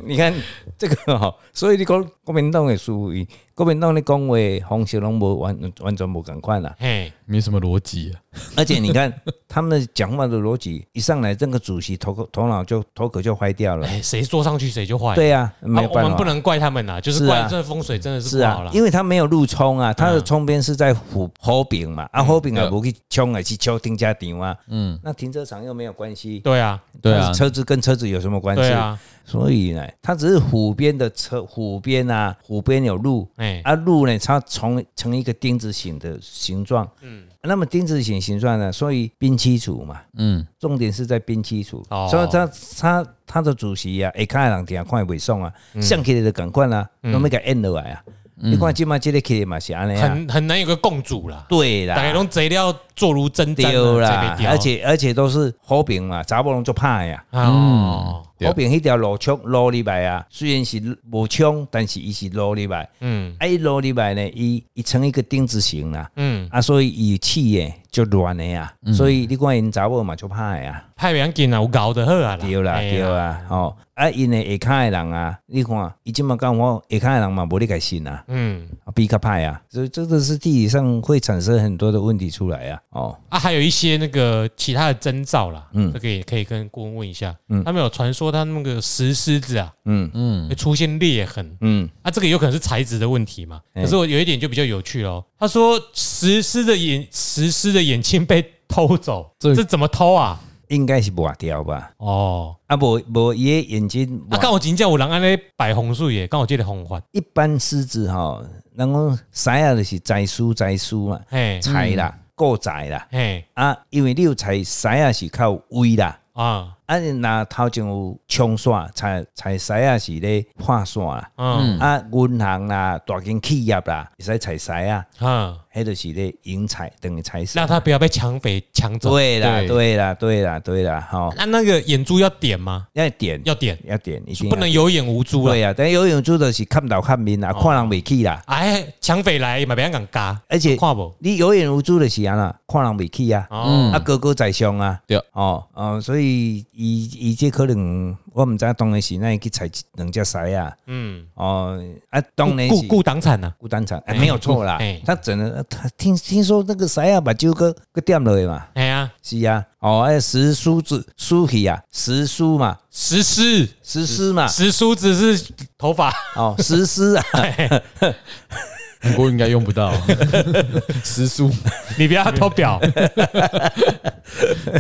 [SPEAKER 3] 你看这个吼、所以你讲国民党的思维，国民党的讲话方式拢无完完全无共款啦。啊
[SPEAKER 1] 嘿，
[SPEAKER 2] 没什么逻辑啊，
[SPEAKER 3] 而且你 看他们的讲话的逻辑，一上来这个主席头头脑就头壳就坏掉了。
[SPEAKER 1] 哎，谁坐上去谁就坏。
[SPEAKER 3] 对呀、啊，没
[SPEAKER 1] 啊，
[SPEAKER 3] 有
[SPEAKER 1] 我
[SPEAKER 3] 办
[SPEAKER 1] 们不
[SPEAKER 3] 法。
[SPEAKER 1] 能怪他们啦，就是
[SPEAKER 3] 是
[SPEAKER 1] 怪
[SPEAKER 3] 啊
[SPEAKER 1] 这风水真的是
[SPEAKER 3] 是
[SPEAKER 1] 不好
[SPEAKER 3] 啊
[SPEAKER 1] 啦，。嗯
[SPEAKER 3] 因为他没有路冲啊，他的冲边是在虎火饼嘛，啊火饼也
[SPEAKER 2] 对
[SPEAKER 3] 不去冲，也去敲停车场啊，
[SPEAKER 2] 嗯
[SPEAKER 3] 嗯，那停车场又没有关系，
[SPEAKER 1] 对啊，
[SPEAKER 2] 对
[SPEAKER 3] 但
[SPEAKER 2] 啊
[SPEAKER 3] 是，车子跟车子有什么关系？
[SPEAKER 1] 对啊，
[SPEAKER 3] 所以呢，它只是湖边的车，湖边啊，湖边有路，
[SPEAKER 1] 哎，
[SPEAKER 3] 啊，路呢，它从成一个丁字形的形状，嗯，那么丁字形形状呢，所以冰基础嘛，
[SPEAKER 2] 嗯，
[SPEAKER 3] 重点是在冰基础，
[SPEAKER 1] 哦
[SPEAKER 3] 所以它它它的主席啊，会看的人听看袂爽啊，上起来就赶快啊，拢要给它按落来啊，你看今嘛这个起来嘛是安尼啊，
[SPEAKER 1] 很很难有个共主啦。
[SPEAKER 3] 对
[SPEAKER 1] 大概
[SPEAKER 3] 啦，
[SPEAKER 1] 拢贼了，坐如针毡
[SPEAKER 3] 丢
[SPEAKER 1] 啊
[SPEAKER 3] 啦
[SPEAKER 1] 这，边
[SPEAKER 3] 而且而且都是好饼嘛，查某拢就怕呀。
[SPEAKER 1] 啊哦，
[SPEAKER 2] 对
[SPEAKER 3] 好饼迄条路冲路入来啊，虽然是无冲，但是伊是路入来，
[SPEAKER 1] 嗯
[SPEAKER 3] 啊，伊路入来呢，伊伊成一个丁字形啦，
[SPEAKER 1] 嗯
[SPEAKER 3] 啊，所以以气诶，足乱的啊，所以你看因查某嘛足怕的啊，
[SPEAKER 1] 太要紧啦，有搞就好啊啦，
[SPEAKER 3] 对啦
[SPEAKER 1] 哎呀
[SPEAKER 3] 对，啦，吼啊因的下骹的人啊，你看伊即嘛讲我下骹的人嘛无你该信啊，
[SPEAKER 1] 嗯
[SPEAKER 3] 啊比较歹啊，所以这个是地理上会产生很多的问题出来啊，哦，
[SPEAKER 1] 啊，还有一些那个其他的征兆啦，嗯，这个也可以跟顾问问一下，嗯，他们有传说他那个石狮子啊，
[SPEAKER 3] 嗯
[SPEAKER 1] 会出现裂痕，
[SPEAKER 3] 嗯，
[SPEAKER 1] 啊，这个有可能是材质的问题嘛，可是我有一点就比较有趣喽，他说石狮的眼石狮的眼睛被偷走，
[SPEAKER 2] 这
[SPEAKER 1] 这怎么偷啊？
[SPEAKER 3] 应该是抹掉吧，
[SPEAKER 1] 哦，
[SPEAKER 3] 啊无无伊的眼睛
[SPEAKER 1] 啊，
[SPEAKER 3] 抹，
[SPEAKER 1] 刚我今叫有人安尼摆红树叶，刚我记得红环，
[SPEAKER 3] 一般狮子吼，人讲狮啊就是宰输宰输嘛，
[SPEAKER 1] 嘿，
[SPEAKER 3] 财啦，过财啦，
[SPEAKER 1] 嘿，
[SPEAKER 3] 啊，因为你有财狮啊是靠威啦。
[SPEAKER 1] 啊，
[SPEAKER 3] 啊，若头前有冲线，才才使啊是咧画线啦，
[SPEAKER 1] 嗯，
[SPEAKER 3] 啊，银行啦、大间企业啦，会使采使啊，
[SPEAKER 1] 嗯，
[SPEAKER 3] 迄就是咧引财等于财神
[SPEAKER 1] 让。他不要被抢匪抢走。
[SPEAKER 3] 啊对啦，
[SPEAKER 2] 对
[SPEAKER 3] 对啦，对啦，对啦，吼，
[SPEAKER 1] 那那个眼珠要点吗？
[SPEAKER 3] 要点
[SPEAKER 1] 要点，
[SPEAKER 3] 要点，一定要
[SPEAKER 1] 不能有眼无珠了。
[SPEAKER 3] 对啊，但游泳主就是看到看面
[SPEAKER 1] 哦
[SPEAKER 3] 啦，看人袂起啦，
[SPEAKER 1] 哎，抢匪来嘛，别人敢嘎，
[SPEAKER 3] 而且
[SPEAKER 1] 看不？
[SPEAKER 3] 你有眼无珠就是安啦，看人袂起啊，
[SPEAKER 1] 哦，
[SPEAKER 3] 啊，高高在上啊，
[SPEAKER 2] 对
[SPEAKER 3] 哦，哦，所以伊伊这可能我毋知当然是咱去采两只狮啊，
[SPEAKER 1] 嗯，
[SPEAKER 3] 哦，啊，当然
[SPEAKER 1] 顾
[SPEAKER 3] 是
[SPEAKER 1] 顾党产呐，
[SPEAKER 3] 孤单场，哎、
[SPEAKER 1] 哎
[SPEAKER 3] 没有错啦
[SPEAKER 1] 哎。
[SPEAKER 3] 他整的，他听听说那个谁啊，把酒哥个点落去嘛，
[SPEAKER 1] 哎呀，
[SPEAKER 3] 是啊，哦，哎，石梳子梳起啊，石梳嘛，
[SPEAKER 1] 石狮，
[SPEAKER 3] 石狮嘛，
[SPEAKER 1] 石梳子是头发，
[SPEAKER 3] 哦，石狮啊，
[SPEAKER 2] 韩国应该用不 到时速，
[SPEAKER 1] 你不要偷 表。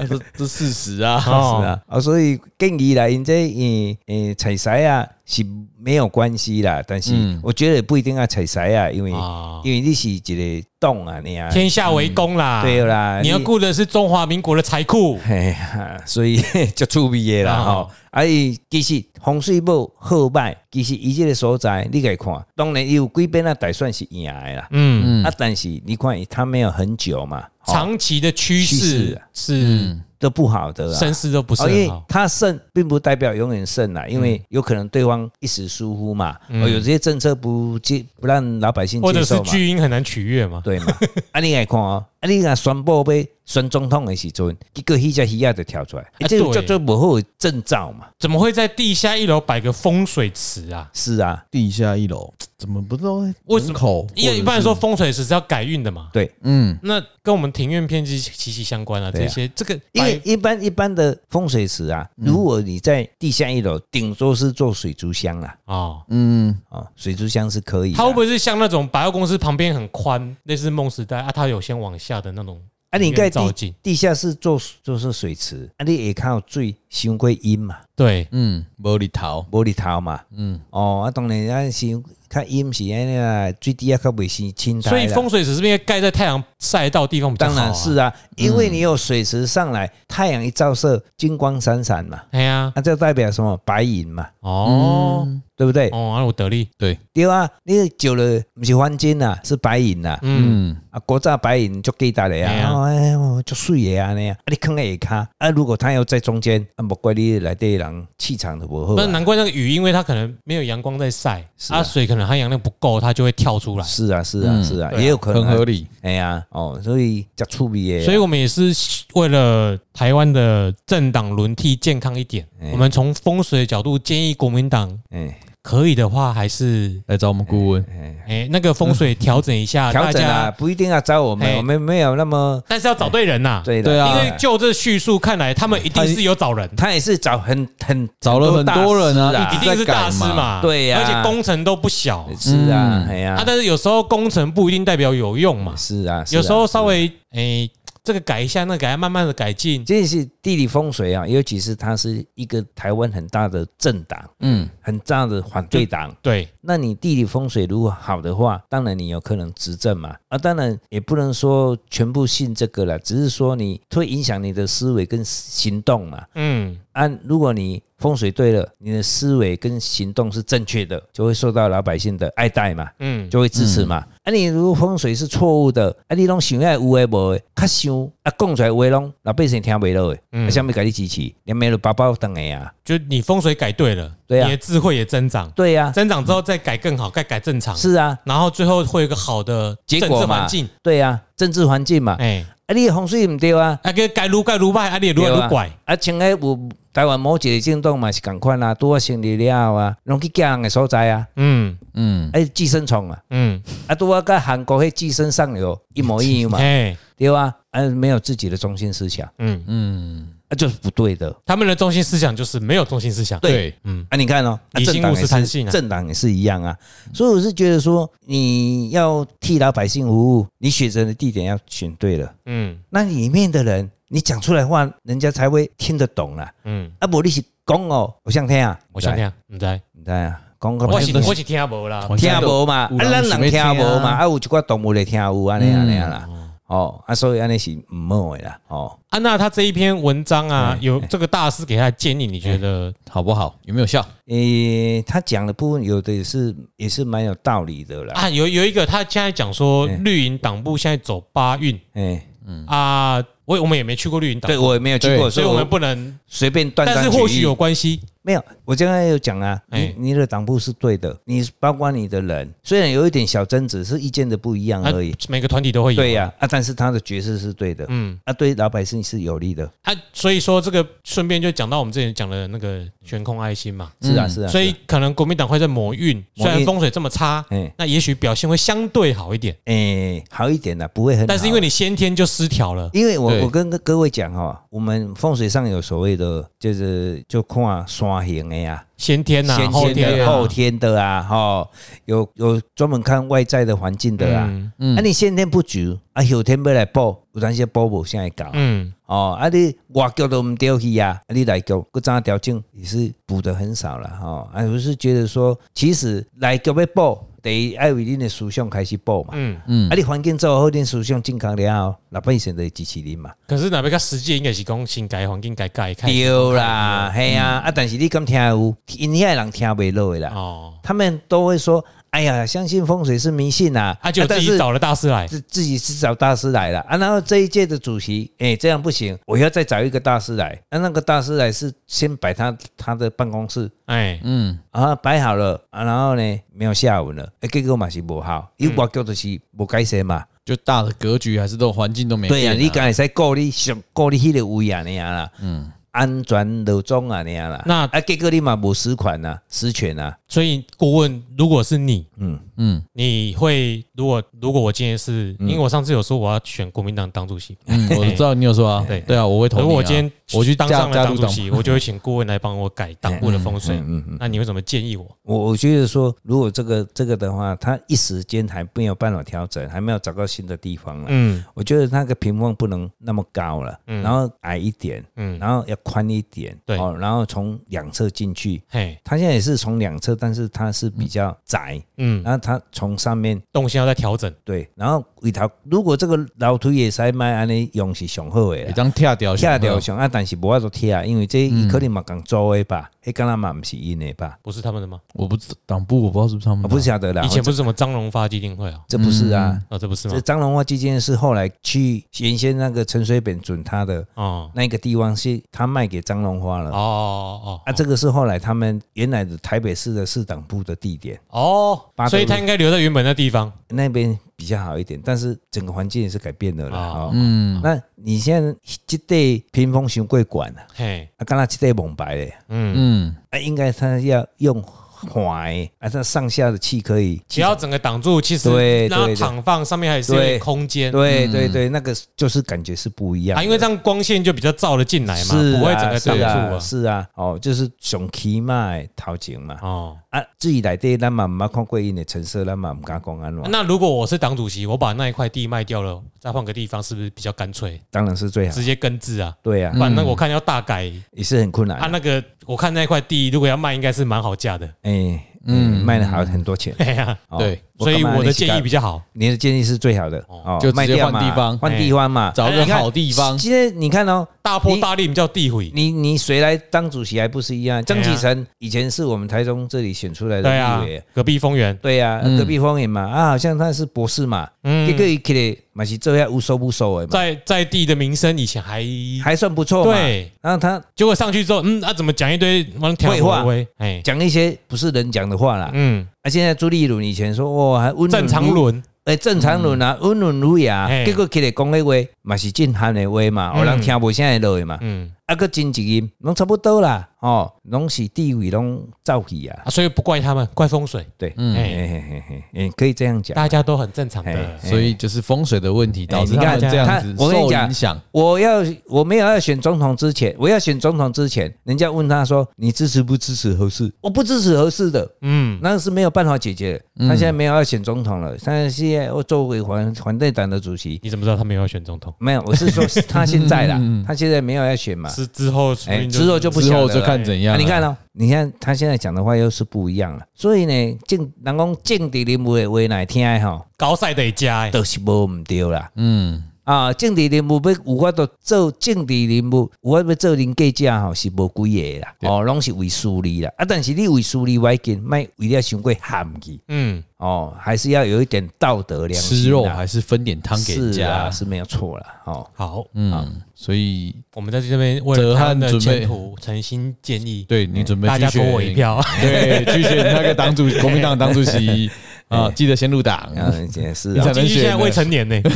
[SPEAKER 2] 这这事实啊。
[SPEAKER 3] 是
[SPEAKER 1] 哦，
[SPEAKER 3] 啊，哦，所以建议啦，因这嗯嗯采谁啊是没有关系啦，但是
[SPEAKER 1] 嗯
[SPEAKER 3] 我觉得不一定要采谁啊，因为、
[SPEAKER 1] 啊
[SPEAKER 3] 因为你是一个洞啊，你啊，
[SPEAKER 1] 天下为公啦，
[SPEAKER 3] 哎对啦，
[SPEAKER 1] 你要顾的是中华民国的财库。
[SPEAKER 3] 嘿哈，所以 足趣味的啦
[SPEAKER 1] 哦
[SPEAKER 3] 吼。啊，伊其实风水无好歹，其实伊即个所在你该看，当然伊有几边啊大算是赢的啦。
[SPEAKER 1] 嗯，
[SPEAKER 3] 啊，但是你看他没有很久嘛，吼
[SPEAKER 1] 长期的趋
[SPEAKER 3] 趋势
[SPEAKER 1] 势
[SPEAKER 3] 啊
[SPEAKER 1] 是
[SPEAKER 3] 都不好的啦。
[SPEAKER 1] 绅士都不是
[SPEAKER 3] 哦因
[SPEAKER 1] 很
[SPEAKER 3] 为
[SPEAKER 1] 好。嗯
[SPEAKER 3] 他胜并不代表永远胜啦，因为有可能对方一时疏忽嘛，哦，有些政策不接不让老百姓
[SPEAKER 1] 或
[SPEAKER 3] 接
[SPEAKER 1] 者是
[SPEAKER 3] 受嘛，
[SPEAKER 1] 巨婴很难取悦嘛？
[SPEAKER 3] 对嘛？啊，你来看哦，啊，你若宣布要选总统的时阵，结果迄只鱼仔就跳出来，
[SPEAKER 1] 啊
[SPEAKER 3] 啊，这个
[SPEAKER 1] 对
[SPEAKER 3] 叫做无好的征兆嘛。
[SPEAKER 1] 怎么会在地下一楼摆个风水池啊？
[SPEAKER 3] 是啊，
[SPEAKER 2] 地下一楼怎么不知道欸？
[SPEAKER 1] 为什么
[SPEAKER 2] 门口？
[SPEAKER 1] 因为一般来说，风水池是要改运的嘛，
[SPEAKER 3] 对，
[SPEAKER 2] 嗯，
[SPEAKER 1] 那跟我们庭院偏激息息相关啊。
[SPEAKER 3] 对啊
[SPEAKER 1] 这些这个
[SPEAKER 3] 因为
[SPEAKER 1] 摆
[SPEAKER 3] 一般一般的风水池啊，
[SPEAKER 1] 嗯
[SPEAKER 3] 如果你在地下一楼，顶多是做水族箱啦，
[SPEAKER 1] 哦，
[SPEAKER 2] 嗯
[SPEAKER 3] 啊、水族箱是可以的。啊
[SPEAKER 1] 它会不会是像那种百货公司旁边很宽，类似梦时代啊？它有先往下的那种
[SPEAKER 3] 啊，你盖
[SPEAKER 1] 照
[SPEAKER 3] 地
[SPEAKER 1] 进
[SPEAKER 3] 地下室做就是水池，啊，你下靠水伤过阴嘛，
[SPEAKER 1] 对，
[SPEAKER 2] 嗯，玻璃桃，
[SPEAKER 3] 无日头嘛，嗯，哦，啊，当然啊，是较阴是安尼啦，水底啊较袂生青苔
[SPEAKER 1] 所以
[SPEAKER 3] 啦
[SPEAKER 1] 风水池是不是应该盖在太阳晒到的地方比较好？嗯
[SPEAKER 3] 当然是，啊，因为你有水池上来，太阳一照射，金光闪闪嘛，
[SPEAKER 1] 哎呀，
[SPEAKER 3] 那、啊、这代表什么？白银嘛，
[SPEAKER 1] 哦
[SPEAKER 3] 对不对？
[SPEAKER 1] 哦，啊，我得力，
[SPEAKER 2] 对，
[SPEAKER 3] 对啊，你久了不是黄金啦，是白银啦。
[SPEAKER 1] 嗯，
[SPEAKER 3] 啊，古早白银足记得的
[SPEAKER 1] 嘿啊
[SPEAKER 3] 啊，哦哎呦，足水的安尼啊，啊你放在下骹，啊如果它要在中间，啊莫怪你内底人气场都无好
[SPEAKER 1] 不
[SPEAKER 3] 啊、
[SPEAKER 1] 然难怪那个雨，因为它可能没有阳光在晒，啊，水可能含氧量不够，它就会跳出来。
[SPEAKER 3] 是啊是
[SPEAKER 1] 嗯
[SPEAKER 3] 啊是啊，也有可
[SPEAKER 2] 很
[SPEAKER 3] 能啊
[SPEAKER 2] 合。理。
[SPEAKER 3] 哎呀，哦，所以足趣味的啊。
[SPEAKER 1] 所以我们也是为了台湾的政党轮替健康一点，我们从风水的角度建议国民党
[SPEAKER 3] 哎，
[SPEAKER 1] 可以的话，还是
[SPEAKER 2] 来找我们顾问，
[SPEAKER 1] 哎、那个风水调整一下，
[SPEAKER 3] 调
[SPEAKER 1] 大
[SPEAKER 3] 整啊，
[SPEAKER 1] 家，
[SPEAKER 3] 不一定要找我
[SPEAKER 1] 嘿
[SPEAKER 3] 们，我们没有那么
[SPEAKER 1] 但是要找对人呐、
[SPEAKER 3] 对的。
[SPEAKER 2] 对啊
[SPEAKER 1] 因为就这叙述看来，他们一定是有找人，
[SPEAKER 3] 他也是找很很
[SPEAKER 2] 找了很多人啊
[SPEAKER 3] 大
[SPEAKER 1] 一
[SPEAKER 3] 师
[SPEAKER 1] 定是大师嘛，
[SPEAKER 3] 对啊呀
[SPEAKER 1] 而且工程都不小
[SPEAKER 3] 是啊，
[SPEAKER 2] 嗯
[SPEAKER 3] 哎
[SPEAKER 1] 啊，
[SPEAKER 3] 呀，
[SPEAKER 1] 但是有时候工程不一定代表有用嘛，
[SPEAKER 3] 是啊，是啊
[SPEAKER 1] 有时候稍微哎、这个改一下，那个改，慢慢的改进，
[SPEAKER 3] 这是地理风水啊，尤其是它是一个台湾很大的政党，嗯，很大的反对党。
[SPEAKER 1] 对，
[SPEAKER 3] 那你地理风水如果好的话，当然你有可能执政嘛。啊，当然也不能说全部信这个了，只是说你会影响你的思维跟行动嘛。
[SPEAKER 1] 嗯，
[SPEAKER 3] 啊，如果你风水对了，你的思维跟行动是正确的，就会受到老百姓的爱戴嘛，
[SPEAKER 1] 嗯
[SPEAKER 3] 嗯，就会支持嘛。啊，你如果风水是错误的，啊，你拢想要有诶无诶，较想啊，讲出来话拢老百姓听袂落诶，
[SPEAKER 1] 嗯
[SPEAKER 3] 啊，想要甲你支持，连没有包包等诶啊，
[SPEAKER 1] 就你风水改对了，
[SPEAKER 3] 对啊
[SPEAKER 1] 你的智慧也增长，
[SPEAKER 3] 对啊，
[SPEAKER 1] 增长之后再改更好，再改正常，
[SPEAKER 3] 是啊，
[SPEAKER 1] 然后最后会有一个好的
[SPEAKER 3] 结
[SPEAKER 1] 政
[SPEAKER 3] 果
[SPEAKER 1] 治
[SPEAKER 3] 嘛
[SPEAKER 1] 环境，，
[SPEAKER 3] 对啊，政治环境嘛，
[SPEAKER 1] 哎，
[SPEAKER 3] 啊啊，你的风水毋对啊，
[SPEAKER 1] 啊，个该撸该撸歹，啊，你也撸来撸怪，
[SPEAKER 3] 啊，像个有台湾某一个政党嘛是共款啊，拄啊成立了后啊，拢去寄人的所在啊，
[SPEAKER 1] 嗯
[SPEAKER 2] 嗯，
[SPEAKER 3] 哎，寄生虫啊，
[SPEAKER 1] 嗯，
[SPEAKER 3] 啊，拄啊甲韩国迄寄生上流一模一样嘛，
[SPEAKER 1] 哎，
[SPEAKER 3] 对吧？啊，没有自己的中心思想，
[SPEAKER 1] 嗯嗯，
[SPEAKER 3] 啊，就是不对的。
[SPEAKER 1] 他们的中心思想就是没有中心思想，
[SPEAKER 2] 对，
[SPEAKER 1] 嗯，
[SPEAKER 3] 啊，你看哦，啊
[SPEAKER 1] 理性
[SPEAKER 3] 政党
[SPEAKER 1] 务
[SPEAKER 3] 也
[SPEAKER 1] 实弹性啊
[SPEAKER 3] 政党也是一样啊。所以我是觉得说，你要替老百姓服务，你选择的地点要选对了，
[SPEAKER 1] 嗯
[SPEAKER 3] 那里面的人，你讲出来话，人家才会听得懂啦。
[SPEAKER 1] 嗯，
[SPEAKER 3] 啊，无你是讲哦，我想听啊，
[SPEAKER 1] 我想，听，唔知，
[SPEAKER 3] 你知啊，讲个
[SPEAKER 1] 我
[SPEAKER 3] 屁
[SPEAKER 1] 是我是听啊无
[SPEAKER 2] 嗯
[SPEAKER 1] 啦，
[SPEAKER 3] 听无嘛，啊，
[SPEAKER 2] 有人
[SPEAKER 3] 咱
[SPEAKER 2] 想
[SPEAKER 3] 人
[SPEAKER 2] 要
[SPEAKER 3] 听
[SPEAKER 2] 听
[SPEAKER 3] 无嘛，
[SPEAKER 2] 啊
[SPEAKER 3] 啊，有一寡动物来听有安尼安尼
[SPEAKER 2] 嗯
[SPEAKER 3] 啦。哦，啊，所以安尼是毋好的啦。哦，
[SPEAKER 1] 啊，那他这一篇文章啊，
[SPEAKER 3] 哎
[SPEAKER 1] 有这个大师给他的建议，你觉得
[SPEAKER 2] 好不好？有没有效？
[SPEAKER 3] 诶、他讲的部分有的也是也是蛮有道理的啦。
[SPEAKER 1] 啊，有有一个他现在讲说
[SPEAKER 3] 哎
[SPEAKER 1] 绿营党部现在走八运
[SPEAKER 3] 诶、
[SPEAKER 1] 啊，我我们也没去过绿营党
[SPEAKER 3] 嗯对，我也没有去
[SPEAKER 2] 对
[SPEAKER 3] 过，
[SPEAKER 1] 部，所
[SPEAKER 3] 所
[SPEAKER 1] 以
[SPEAKER 3] 以
[SPEAKER 1] 我
[SPEAKER 3] 我
[SPEAKER 1] 们不能，
[SPEAKER 3] 随便断
[SPEAKER 1] 但
[SPEAKER 3] 章
[SPEAKER 1] 是
[SPEAKER 3] 取义。
[SPEAKER 1] 或许有关系，
[SPEAKER 3] 没有，我刚才有讲啊，
[SPEAKER 1] 哎
[SPEAKER 3] 你你的党部是对的，你包括你的人，虽然有一点小争执，是意见的不一样
[SPEAKER 1] 啊
[SPEAKER 3] 嗯而已。，
[SPEAKER 1] 每个团体都会有，
[SPEAKER 3] 对呀、啊，但是他的决策是对的，
[SPEAKER 1] 嗯
[SPEAKER 3] 啊，对老百姓是有利的。
[SPEAKER 1] 啊，所以说这个顺便就讲到我们之前讲的那个悬空爱心嘛，
[SPEAKER 3] 是啊，是啊，
[SPEAKER 1] 嗯所以
[SPEAKER 3] 是啊，
[SPEAKER 1] 可能国民党会在某运，
[SPEAKER 3] 某
[SPEAKER 1] 虽
[SPEAKER 3] 运
[SPEAKER 1] 然风水这么差
[SPEAKER 3] 哎，
[SPEAKER 1] 那也许表现会相对好一点，
[SPEAKER 3] 哎，好一点的，不会很好。
[SPEAKER 1] 但是因为你先天就失调了，
[SPEAKER 3] 因为我
[SPEAKER 2] 对
[SPEAKER 3] 我跟各位讲哈、我们风水上有所谓的，就是就看山形的呀、
[SPEAKER 1] 先天呐、
[SPEAKER 3] 先
[SPEAKER 1] 后
[SPEAKER 3] 天
[SPEAKER 1] 天、
[SPEAKER 3] 的、
[SPEAKER 1] 啊、
[SPEAKER 3] 后天的啊，哈、有有专门看外在的环境的啊。
[SPEAKER 1] 嗯
[SPEAKER 3] 啊，你先天不足，啊，后天要来补，有当时补无啥会搞。
[SPEAKER 1] 嗯
[SPEAKER 3] 哦，啊你外脚都毋对去啊，啊你内脚搁怎调整也是补的很少了吼、哦。啊，我是觉得说，其实内脚要补，第一爱为恁的思想开始补嘛。
[SPEAKER 1] 嗯，
[SPEAKER 3] 啊，你环境做好，恁思想健康了后，老百姓就会支持恁嘛。
[SPEAKER 1] 可是哪边个实际应该是讲先改环境改改看
[SPEAKER 3] 对啦，嘿啊，啊，但是你敢听有，因遐人听袂落的啦，
[SPEAKER 1] 哦，
[SPEAKER 3] 他们都会说，哎呀，相信风水是迷信啦、
[SPEAKER 1] 啊，就
[SPEAKER 3] 但
[SPEAKER 1] 自
[SPEAKER 3] 是
[SPEAKER 1] 己找了大师来，
[SPEAKER 3] 自自己是找大师来了啊，然后这一届的主席，哎、这样不行，我要再找一个大师来。那、啊、那个大师来是先摆他他的办公室
[SPEAKER 1] 哎，
[SPEAKER 2] 嗯，
[SPEAKER 3] 啊，摆好了啊，然后呢没有下文了，哎、结果嘛是无好，
[SPEAKER 1] 嗯
[SPEAKER 3] 因为我叫就是无改善嘛。
[SPEAKER 2] 就大的格局还是都环境都没啊
[SPEAKER 3] 对
[SPEAKER 1] 啊
[SPEAKER 3] 呀、
[SPEAKER 2] 呀，
[SPEAKER 3] 你刚才在顾你想顾你迄个位啊那样啦，嗯，安全落装啊那样啦。
[SPEAKER 1] 那
[SPEAKER 3] 啊，结果你嘛无实款呐、啊，实权呐、啊，
[SPEAKER 1] 所以顾问如果是你，
[SPEAKER 3] 嗯
[SPEAKER 2] 嗯
[SPEAKER 1] 你会如果如果我今天是，
[SPEAKER 3] 嗯
[SPEAKER 1] 因为我上次有说我要选国民党党主席，哎
[SPEAKER 2] 嗯，我知道你有说啊，
[SPEAKER 1] 对
[SPEAKER 2] 对啊，我会投你啊。
[SPEAKER 1] 如果我今天
[SPEAKER 2] 我去
[SPEAKER 1] 当
[SPEAKER 2] 加
[SPEAKER 1] 上了
[SPEAKER 2] 加
[SPEAKER 1] 党
[SPEAKER 2] 入
[SPEAKER 1] 主
[SPEAKER 2] 党
[SPEAKER 1] 席，我就会请顾问来帮我改党
[SPEAKER 3] 嗯
[SPEAKER 1] 部的风水。那你会怎么建议我？
[SPEAKER 3] 我我觉得说，如果这个这个的话，他一时间还没有办法调整，还没有找到新的地方了。
[SPEAKER 1] 嗯
[SPEAKER 3] 我觉得那个屏风不能那么高了，然后矮一点，
[SPEAKER 1] 嗯，
[SPEAKER 3] 然后要宽一点，
[SPEAKER 1] 对
[SPEAKER 3] 哦，然后从两侧进去。
[SPEAKER 1] 嘿，
[SPEAKER 3] 它现在也是从两侧，但是它是比较窄，
[SPEAKER 1] 嗯，
[SPEAKER 3] 然后它从上面
[SPEAKER 1] 动线要再调整。
[SPEAKER 3] 对，然后里头如果这个老土也塞麦安尼用是上好的
[SPEAKER 2] 也
[SPEAKER 3] 啦，
[SPEAKER 2] 当跳掉
[SPEAKER 3] 拆掉
[SPEAKER 1] 嗯
[SPEAKER 3] 上啊，但是无法度拆啊，因为这伊可能嘛共租的吧，迄敢若嘛毋是因的吧，
[SPEAKER 1] 不是他们的吗？
[SPEAKER 2] 我不知党部，我不知道是不是他们
[SPEAKER 3] 我
[SPEAKER 2] 的啊，
[SPEAKER 3] 不晓得啦，
[SPEAKER 1] 嗯以前不是什么张荣发基金会啊？
[SPEAKER 3] 这不是啊，
[SPEAKER 1] 哦，这不是吗
[SPEAKER 3] 这？张荣华基金是后来去原先那个陈水扁准他的，
[SPEAKER 1] 哦
[SPEAKER 3] 那个地方是他卖给张荣花
[SPEAKER 1] 哦
[SPEAKER 3] 了。
[SPEAKER 1] 哦
[SPEAKER 3] 啊，这个是后来他们原来的台北市的市党部的地点，
[SPEAKER 1] 哦哦，所以他应该留在原本的地方。
[SPEAKER 3] 那边比较好一点，但是整个环境也是改变的了
[SPEAKER 1] 哦
[SPEAKER 3] 哦。
[SPEAKER 2] 嗯，
[SPEAKER 3] 那你现在这对屏风雄贵馆啊，
[SPEAKER 1] 嘿，
[SPEAKER 3] 啊，刚才这对蒙白嘞，
[SPEAKER 1] 嗯，
[SPEAKER 2] 嗯
[SPEAKER 3] 啊，应该他要用环，啊，它上下的气可以，
[SPEAKER 1] 只要整个挡住，其实
[SPEAKER 3] 对
[SPEAKER 1] 让它
[SPEAKER 3] 对对
[SPEAKER 1] 躺放，上面还是有点空间。
[SPEAKER 3] 对对对，那个就是感觉是不一样
[SPEAKER 1] 啊，
[SPEAKER 3] 的。
[SPEAKER 1] 因为这样光线就比较照了进来嘛，
[SPEAKER 3] 是
[SPEAKER 1] 不会整
[SPEAKER 3] 啊
[SPEAKER 1] 个
[SPEAKER 3] 是
[SPEAKER 1] 挡
[SPEAKER 3] 啊
[SPEAKER 1] 住
[SPEAKER 3] 是啊，哦，就是上起嘛的头前嘛
[SPEAKER 1] 啊。，哦，
[SPEAKER 3] 啊，自己来底咱嘛毋捌看过因的成色，咱嘛毋敢讲安怎，
[SPEAKER 1] 啊那如果我是党主席，我把那一块地卖掉了，再换个地方，是不是比较干脆？
[SPEAKER 3] 当然是最好
[SPEAKER 1] 直。接根治啊？
[SPEAKER 3] 对啊
[SPEAKER 1] 不，然那我看要大改
[SPEAKER 3] 也是很困难
[SPEAKER 1] 啊，
[SPEAKER 3] 啊。
[SPEAKER 1] 那个我看那块地如果要卖，应该是蛮好价的。
[SPEAKER 3] 哎，嗯，卖了好很多钱。
[SPEAKER 1] 对呀，
[SPEAKER 3] 哦
[SPEAKER 2] 对
[SPEAKER 1] 所以我的建议比
[SPEAKER 3] 较，
[SPEAKER 1] 较好。
[SPEAKER 3] 你的建议是最好的哦
[SPEAKER 2] 就直接
[SPEAKER 3] 卖掉嘛
[SPEAKER 2] 换地方
[SPEAKER 3] 换地方嘛。
[SPEAKER 2] 找个好地方，
[SPEAKER 3] 今天哎你看哦，
[SPEAKER 1] 大破大立，我们叫地毁。
[SPEAKER 3] 你你谁来当主席还不是一样？张
[SPEAKER 1] 对啊
[SPEAKER 3] 启成以前是我们台中这里选出来
[SPEAKER 1] 对啊
[SPEAKER 3] 的立委，，
[SPEAKER 1] 隔壁丰原，
[SPEAKER 3] 对呀，
[SPEAKER 2] 嗯
[SPEAKER 3] 隔壁方言嘛，啊，好像他是博士嘛，
[SPEAKER 1] 嗯
[SPEAKER 3] 结果一起来嘛是这样无收不收的嘛，
[SPEAKER 1] 在在地的名声以前还
[SPEAKER 3] 还算不错嘛。
[SPEAKER 1] 对，
[SPEAKER 3] 然后他
[SPEAKER 1] 结果上去之后，嗯，啊，怎么讲一堆往条
[SPEAKER 3] 废话
[SPEAKER 1] 回威？哎，
[SPEAKER 3] 讲一些不是人讲的话啦。
[SPEAKER 1] 嗯，
[SPEAKER 3] 啊，现在朱立伦以前说哇，还温
[SPEAKER 1] 郑长
[SPEAKER 3] 如
[SPEAKER 1] 伦，
[SPEAKER 3] 诶，正常论啊，温润儒雅，
[SPEAKER 1] 嘿
[SPEAKER 3] 结果起来讲迄话，嘛是震撼的话嘛，有人
[SPEAKER 1] 嗯
[SPEAKER 3] 听无啥会落的嘛，
[SPEAKER 1] 嗯，
[SPEAKER 3] 啊，个真一音，拢差不多啦，哦，拢是地位拢走去啊
[SPEAKER 1] 啊，所以不怪他们，怪风水，
[SPEAKER 3] 对，
[SPEAKER 2] 嗯
[SPEAKER 3] 嘿
[SPEAKER 1] 哎，
[SPEAKER 3] 嘿嘿嘿嘿，可以这样讲。
[SPEAKER 1] 大家都很正常的
[SPEAKER 3] 哎。
[SPEAKER 2] 所以就是风水的问题导致
[SPEAKER 3] 你
[SPEAKER 2] 他
[SPEAKER 3] 看
[SPEAKER 2] 们这样子
[SPEAKER 3] 他我跟你
[SPEAKER 2] 受
[SPEAKER 3] 讲
[SPEAKER 2] 影响。
[SPEAKER 3] 我要我没有要选总统之前，我要选总统之前，人家问他说：“你支持不支持合适？”我不支持合适的，
[SPEAKER 1] 嗯，
[SPEAKER 3] 那是没有办法解决的。
[SPEAKER 2] 嗯
[SPEAKER 3] 他现在没有要选总统了，他现在我作为反反对党的主席，
[SPEAKER 2] 嗯
[SPEAKER 1] 你怎么知道他没有要选总统？
[SPEAKER 3] 没有，我是说 他现在啦，他现在没有要选嘛，
[SPEAKER 1] 是之后，
[SPEAKER 3] 哎，之后就不
[SPEAKER 2] 之
[SPEAKER 3] 晓
[SPEAKER 2] 后
[SPEAKER 3] 得
[SPEAKER 2] 就
[SPEAKER 3] 了。
[SPEAKER 2] 看怎样、
[SPEAKER 3] 啊、你看，哦，你看他现在讲的话又是不一样了，所以呢，政人讲政治人物的话来听的吼，
[SPEAKER 1] 高赛得加，哎
[SPEAKER 3] 都、是无唔对啦。
[SPEAKER 2] 嗯，
[SPEAKER 3] 啊，政治人物要有法度做政治人物，有法度做人格者吼是无几个啦，
[SPEAKER 2] 对
[SPEAKER 3] 哦，拢是为私利啦。啊，但是你为私利要紧，莫为了伤过含去
[SPEAKER 1] 嗯，
[SPEAKER 3] 哦，还是要有一点道德良心啦。啊
[SPEAKER 2] 吃肉还是分点汤给人
[SPEAKER 3] 是
[SPEAKER 2] 家
[SPEAKER 3] 啊，。是没有错啦。 哦，
[SPEAKER 1] 好，
[SPEAKER 2] 嗯，所以
[SPEAKER 1] 我们在这边为了
[SPEAKER 2] 泽
[SPEAKER 1] 他
[SPEAKER 2] 汉
[SPEAKER 1] 们的
[SPEAKER 2] 准备
[SPEAKER 1] 前途诚心建议，
[SPEAKER 2] 对你准备
[SPEAKER 1] 大家
[SPEAKER 2] 去
[SPEAKER 1] 投
[SPEAKER 2] 选
[SPEAKER 1] 我一，票。
[SPEAKER 2] 对，去选那个党 主国民党党主席
[SPEAKER 3] 哎
[SPEAKER 2] 啊，记得先入党。
[SPEAKER 3] 嗯，也是
[SPEAKER 2] 你
[SPEAKER 3] 啊
[SPEAKER 2] 才，能
[SPEAKER 1] 经济现在
[SPEAKER 2] 选的
[SPEAKER 1] 未成年呢。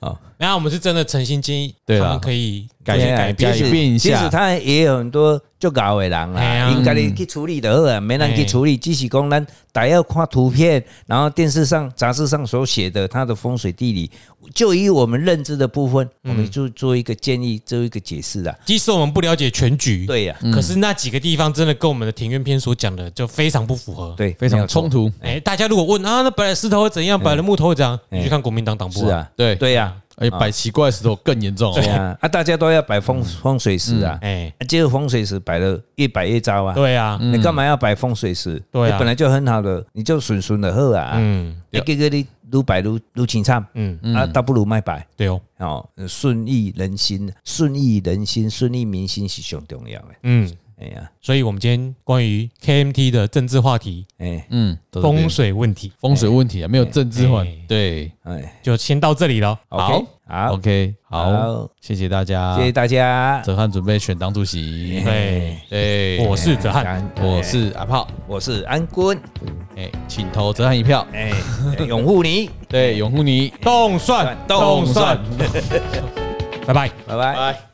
[SPEAKER 3] 好，
[SPEAKER 1] 然后我们是真的诚心建议，
[SPEAKER 2] 对啦
[SPEAKER 1] 他们可以
[SPEAKER 2] 改
[SPEAKER 1] 做一些
[SPEAKER 3] 哎
[SPEAKER 1] 改变。
[SPEAKER 3] 呀其实
[SPEAKER 2] 改变一下啊
[SPEAKER 3] 其实他也有很多做搞的人
[SPEAKER 1] 哎
[SPEAKER 3] 啦，
[SPEAKER 1] 呀
[SPEAKER 3] 应该你去处理就好啊，没人去处理，只是讲咱大家要看图片，然后电视上、杂志上所写的它的风水地理，就以我们认知的部分，
[SPEAKER 2] 嗯
[SPEAKER 3] 我们就做一个建议，做一个解释啊。
[SPEAKER 1] 即使我们不了解全
[SPEAKER 2] 嗯
[SPEAKER 1] 局，，
[SPEAKER 3] 对呀，
[SPEAKER 1] 可是那几个地方真的跟我们的庭院篇所讲的就非常不符合。，
[SPEAKER 3] 对，
[SPEAKER 2] 非
[SPEAKER 3] 没有
[SPEAKER 2] 常
[SPEAKER 3] 错
[SPEAKER 2] 冲。突。
[SPEAKER 1] 哎，大家如果问啊，那本来石头会怎样，摆了木头会怎样，
[SPEAKER 2] 哎
[SPEAKER 1] 你去看国民党党部
[SPEAKER 3] 是，啊，
[SPEAKER 2] 对
[SPEAKER 3] 对呀，
[SPEAKER 2] 而且摆哎奇怪的石头更严重
[SPEAKER 3] 对
[SPEAKER 2] 哦。
[SPEAKER 3] 呀，啊，大家都要摆
[SPEAKER 2] 嗯
[SPEAKER 3] 风风水石啊，
[SPEAKER 1] 哎，
[SPEAKER 3] 啊这个风水石摆的越摆越糟啊。
[SPEAKER 1] 对啊，
[SPEAKER 2] 嗯
[SPEAKER 3] 你干嘛要摆风水石？
[SPEAKER 1] 对啊
[SPEAKER 3] 你本来就很好的，你就顺顺的好啊。
[SPEAKER 1] 嗯
[SPEAKER 3] 一个个你愈摆愈愈清惨，
[SPEAKER 1] 嗯，
[SPEAKER 3] 啊，倒不如卖摆
[SPEAKER 1] 对哦，
[SPEAKER 3] 哦，顺意人心，顺意人心，顺意民心是上重要的。
[SPEAKER 1] 嗯，
[SPEAKER 3] 哎呀，
[SPEAKER 1] 所以我们今天关于 KMT 的政治话题、
[SPEAKER 3] 哎
[SPEAKER 2] 嗯，都是这
[SPEAKER 1] 风
[SPEAKER 2] 样
[SPEAKER 1] 水问题，
[SPEAKER 2] 风水问题啊，没有政治化
[SPEAKER 1] 哎。
[SPEAKER 2] 对
[SPEAKER 3] 哎，
[SPEAKER 1] 就先到这里了。
[SPEAKER 3] OK，好，
[SPEAKER 2] ，OK，好
[SPEAKER 3] 好，
[SPEAKER 2] 谢谢大家
[SPEAKER 3] 谢。谢大
[SPEAKER 1] 啊
[SPEAKER 3] 家，
[SPEAKER 2] 泽汉准备选党主席。
[SPEAKER 1] 对，
[SPEAKER 2] 对，
[SPEAKER 1] 我是泽汉，
[SPEAKER 3] 感
[SPEAKER 2] 我是阿炮，
[SPEAKER 3] 我是安坤，
[SPEAKER 2] 哎，请投泽汉一票。
[SPEAKER 3] 哎，拥 护你，
[SPEAKER 2] 对，拥护你。
[SPEAKER 1] 啊动算
[SPEAKER 3] 动
[SPEAKER 1] 动算，拜拜。
[SPEAKER 3] 拜拜。